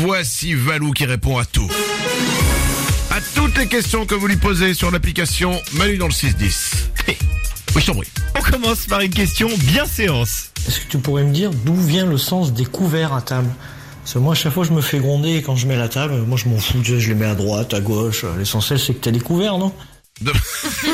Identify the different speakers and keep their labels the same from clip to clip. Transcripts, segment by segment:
Speaker 1: Voici Valou qui répond à tout. À toutes les questions que vous lui posez sur l'application Manu dans le 610. Oui, je t'en prie.
Speaker 2: On commence par une question bien séance.
Speaker 3: Est-ce que tu pourrais me dire d'où vient le sens des couverts à table Parce que moi, à chaque fois, je me fais gronder et quand je mets la table, moi, je m'en fous, tu sais, je les mets à droite, à gauche. L'essentiel, c'est que t'as des couverts, non
Speaker 1: De-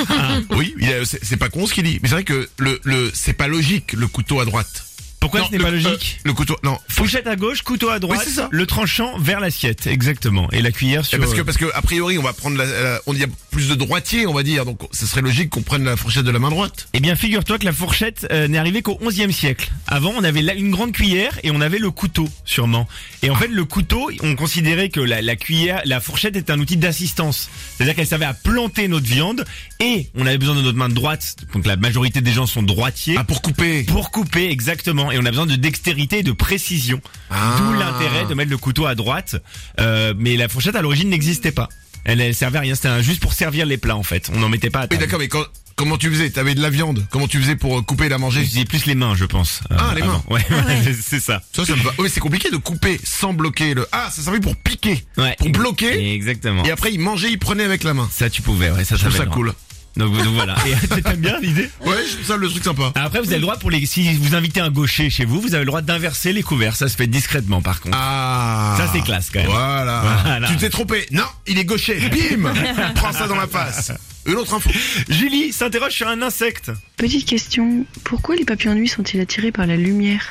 Speaker 1: Ah, oui, il a- c'est c'est pas con ce qu'il dit. Mais c'est vrai que le, le c'est pas logique le couteau à droite.
Speaker 2: Pourquoi
Speaker 1: Non,
Speaker 2: ce n'est
Speaker 1: le-
Speaker 2: pas logique
Speaker 1: euh, Le couteau non.
Speaker 2: Fourchette à gauche, couteau à droite,
Speaker 1: Oui, c'est ça.
Speaker 2: le tranchant vers l'assiette, exactement. Et la cuillère
Speaker 1: Eh,
Speaker 2: sur... euh,
Speaker 1: parce que parce que a priori on va prendre la, la- on y a plus de droitiers on va dire donc ce serait logique qu'on prenne la fourchette de la main droite.
Speaker 2: Eh bien, figure-toi que la fourchette euh, n'est arrivée qu'au 11e siècle. Avant, on avait là une grande cuillère et on avait le couteau, sûrement. Et en fait, le couteau, on considérait que la, la cuillère, la fourchette était un outil d'assistance. C'est-à-dire qu'elle servait à planter notre viande et on avait besoin de notre main droite. Donc la majorité des gens sont droitiers.
Speaker 1: Ah pour couper.
Speaker 2: Pour couper, exactement. Et on a besoin de dextérité et de précision.
Speaker 1: Ah.
Speaker 2: D'où l'intérêt de mettre le couteau à droite. Euh, mais la fourchette, à l'origine, n'existait pas. Elle, elle servait à rien. C'était un- juste pour servir les plats, en fait. On n'en mettait pas à
Speaker 1: Oui
Speaker 2: table.
Speaker 1: d'accord mais quand- comment tu faisais T'avais de la viande. Comment tu faisais pour euh, couper et la manger
Speaker 2: J'utilisais plus les mains, je pense. Euh,
Speaker 1: Ah, les mains.
Speaker 2: avant. Ouais, c'est ça.
Speaker 1: Ça ça me va. Oui, c'est compliqué de couper sans bloquer le ah ça servait pour piquer.
Speaker 2: Ouais.
Speaker 1: Pour bloquer
Speaker 2: Exactement.
Speaker 1: et après il mangeait il prenait avec la main.
Speaker 2: Ça, tu pouvais, ouais, ça,
Speaker 1: Je trouve ça
Speaker 2: s'appelle, hein.
Speaker 1: cool.
Speaker 2: Donc, donc voilà. Et t'aimes bien l'idée
Speaker 1: Ouais, je trouve ça le truc sympa.
Speaker 2: Après, vous avez le droit pour les, si vous invitez un gaucher chez vous, vous avez le droit d'inverser les couverts. Ça se fait discrètement, par contre.
Speaker 1: Ah
Speaker 2: Ça, c'est classe, quand même.
Speaker 1: Voilà.
Speaker 2: Voilà.
Speaker 1: Tu t'es trompé. Non, il est gaucher. Bim Prends ça dans la face. Une autre info.
Speaker 2: Julie s'interroge sur un insecte.
Speaker 4: Petite question, pourquoi les papillons de nuit sont-ils attirés par la lumière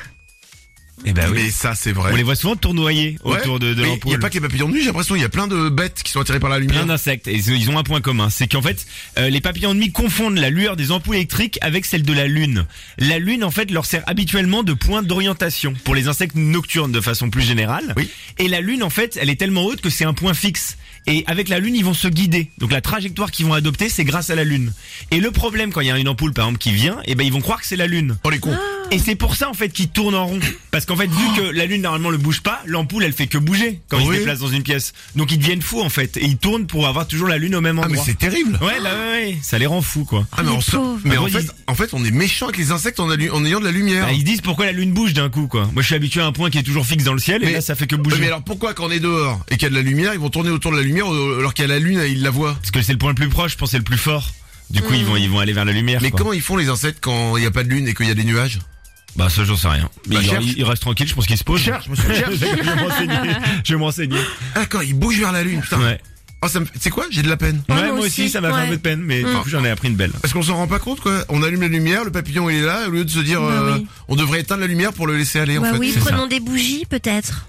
Speaker 2: Eh ben oui.
Speaker 1: Mais ça, c'est
Speaker 2: On les
Speaker 1: vrai.
Speaker 2: voit souvent tournoyer
Speaker 1: Ouais,
Speaker 2: autour de,
Speaker 1: mais
Speaker 2: de
Speaker 1: Il n'y a
Speaker 2: l'ampoule.
Speaker 1: pas que les papillons de nuit, j'ai l'impression qu'il y a plein de bêtes qui sont attirées par la
Speaker 2: Plein
Speaker 1: lumière.
Speaker 2: d'insectes. Et ils ont un point commun, c'est qu'en fait, euh, les papillons de nuit confondent la lueur des ampoules électriques avec celle de la lune. La lune, en fait, leur sert habituellement de point d'orientation pour les insectes nocturnes de façon plus générale.
Speaker 1: Oui.
Speaker 2: Et la lune, en fait, elle est tellement haute que c'est un point fixe. Et avec la lune, ils vont se guider. Donc la trajectoire qu'ils vont adopter, c'est grâce à la lune. Et le problème, quand il y a une ampoule, par exemple, qui vient, eh ben ils vont croire que c'est la lune.
Speaker 1: Oh les cons.
Speaker 2: Et c'est pour ça en fait qu'il tourne en rond. Parce qu'en fait, vu que la lune normalement ne bouge pas, l'ampoule elle fait que bouger quand ils
Speaker 1: Oui.
Speaker 2: se déplacent dans une pièce. Donc ils deviennent fous en fait. Et ils tournent pour avoir toujours la lune au même
Speaker 1: Ah mais
Speaker 2: endroit.
Speaker 1: c'est terrible.
Speaker 2: ouais, là, ouais, ouais, ça les rend fous quoi.
Speaker 1: Ah mais, on se- mais en
Speaker 2: Ah,
Speaker 1: fait,
Speaker 2: bon,
Speaker 1: en fait, on est méchant avec les insectes en, allu- en ayant de la lumière.
Speaker 2: Bah, ils se disent pourquoi la lune bouge d'un coup quoi. Moi je suis habitué à un point qui est toujours fixe dans le ciel et
Speaker 1: Mais-
Speaker 2: là ça fait que
Speaker 1: Ouais,
Speaker 2: bouger.
Speaker 1: mais alors pourquoi quand on est dehors et qu'il y a de la lumière, ils vont tourner autour de la lumière euh, alors qu'il y a la lune et ils la voient
Speaker 2: Parce que c'est le point le plus proche, je pense c'est le plus fort. Du coup
Speaker 5: Hmm.
Speaker 2: ils vont ils vont aller vers la lumière.
Speaker 1: Mais
Speaker 2: quoi.
Speaker 1: comment ils font les insectes quand il n'y a pas de lune et qu'il y a des nuages
Speaker 2: Bah ça j'en sais rien. Mais
Speaker 1: Bah,
Speaker 2: il,
Speaker 1: cherche.
Speaker 2: il reste tranquille, je pense qu'il se pose. Cherche, monsieur, cherche. je vais me renseigner. Je vais me renseigner.
Speaker 1: Ah quand ils bougent vers la lune, putain.
Speaker 2: Ouais.
Speaker 1: Oh, ça me... C'est quoi J'ai de la peine.
Speaker 5: Ouais,
Speaker 2: Ouais,
Speaker 5: moi
Speaker 2: moi aussi
Speaker 5: aussi,
Speaker 2: ça m'a fait un
Speaker 5: ouais.
Speaker 2: peu de peine, mais du
Speaker 5: Mm.
Speaker 2: coup j'en ai appris une belle.
Speaker 1: Parce qu'on s'en rend pas compte quoi. On allume la lumière, le papillon il est là, au lieu de se dire
Speaker 5: Bah
Speaker 1: euh,
Speaker 5: oui.
Speaker 1: on devrait éteindre la lumière pour le laisser aller
Speaker 5: Bah
Speaker 1: en fait.
Speaker 5: oui,
Speaker 2: c'est
Speaker 5: prenons des bougies peut-être.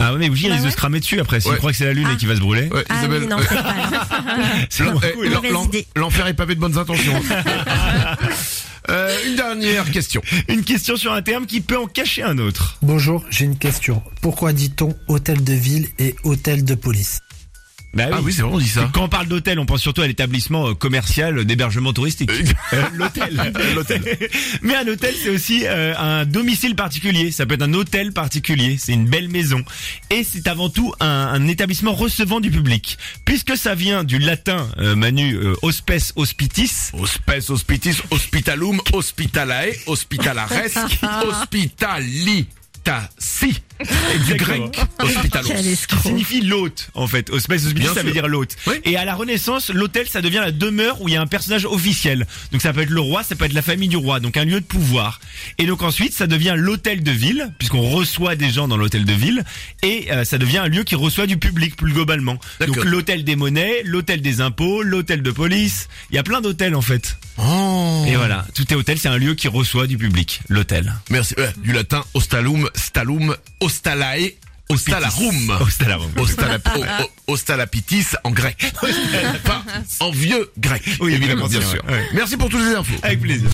Speaker 2: Ah ouais, mais Bougie,
Speaker 5: Bah
Speaker 2: il risque de
Speaker 5: ouais.
Speaker 2: se cramer dessus après. S'il
Speaker 1: Ouais.
Speaker 2: croit que c'est la lune et
Speaker 5: Ah.
Speaker 2: qu'il va se brûler.
Speaker 1: Ouais,
Speaker 5: Ah
Speaker 1: Isabelle,
Speaker 5: oui, non,
Speaker 1: euh,
Speaker 5: c'est pas.
Speaker 2: C'est
Speaker 1: l'en- eh, l'en-
Speaker 5: Mauvaise
Speaker 1: l'en-
Speaker 5: idée.
Speaker 1: l'enfer est pavé de bonnes intentions. Euh, une dernière question.
Speaker 2: Une question sur un terme qui peut en cacher un autre.
Speaker 6: Bonjour, j'ai une question. Pourquoi dit-on hôtel de ville et hôtel de police
Speaker 2: Bah
Speaker 1: Ah oui, c'est vrai, on dit ça.
Speaker 2: Quand on parle d'hôtel, on pense surtout à l'établissement euh, commercial d'hébergement touristique. Euh, L'hôtel. Mais un hôtel, c'est aussi euh, un domicile particulier. Ça peut être un hôtel particulier. C'est une belle maison. Et c'est avant tout un, un établissement recevant du public. Puisque ça vient du latin, euh, Manu, euh, hospes hospitis,
Speaker 1: Hospes, hospitis, hospitalum, hospitalae,
Speaker 5: Ah,
Speaker 1: hospitalaresque, hospitalitasi. Et du
Speaker 2: Exactement.
Speaker 1: grec, hospitalos.
Speaker 5: Quel
Speaker 2: qui
Speaker 5: escroc.
Speaker 2: signifie l'hôte en fait. Hospice hospice,
Speaker 1: Bien
Speaker 2: ça veut
Speaker 1: sûr.
Speaker 2: dire l'hôte.
Speaker 1: Oui.
Speaker 2: Et à la Renaissance, l'hôtel ça devient la demeure où il y a un personnage officiel. Donc ça peut être le roi, ça peut être la famille du roi, donc un lieu de pouvoir. Et donc ensuite ça devient l'hôtel de ville puisqu'on reçoit des gens dans l'hôtel de ville et euh, ça devient un lieu qui reçoit du public plus globalement.
Speaker 1: D'accord.
Speaker 2: Donc l'hôtel des monnaies, l'hôtel des impôts, l'hôtel de police. Il y a plein d'hôtels en fait.
Speaker 1: Oh.
Speaker 2: Et voilà, tout est hôtel, c'est un lieu qui reçoit du public. L'hôtel.
Speaker 1: Merci. Ouais, du latin, hostalum, stalum, hostalae, hostalarum.
Speaker 2: Oh, Hostalarum.
Speaker 1: Ostalap- o- o- Ostalapitis en grec. Enfin, en vieux grec.
Speaker 2: Oui,
Speaker 1: évidemment,
Speaker 2: bien
Speaker 1: bien
Speaker 2: sûr,
Speaker 1: sûr. Merci pour toutes les infos.
Speaker 2: Avec plaisir.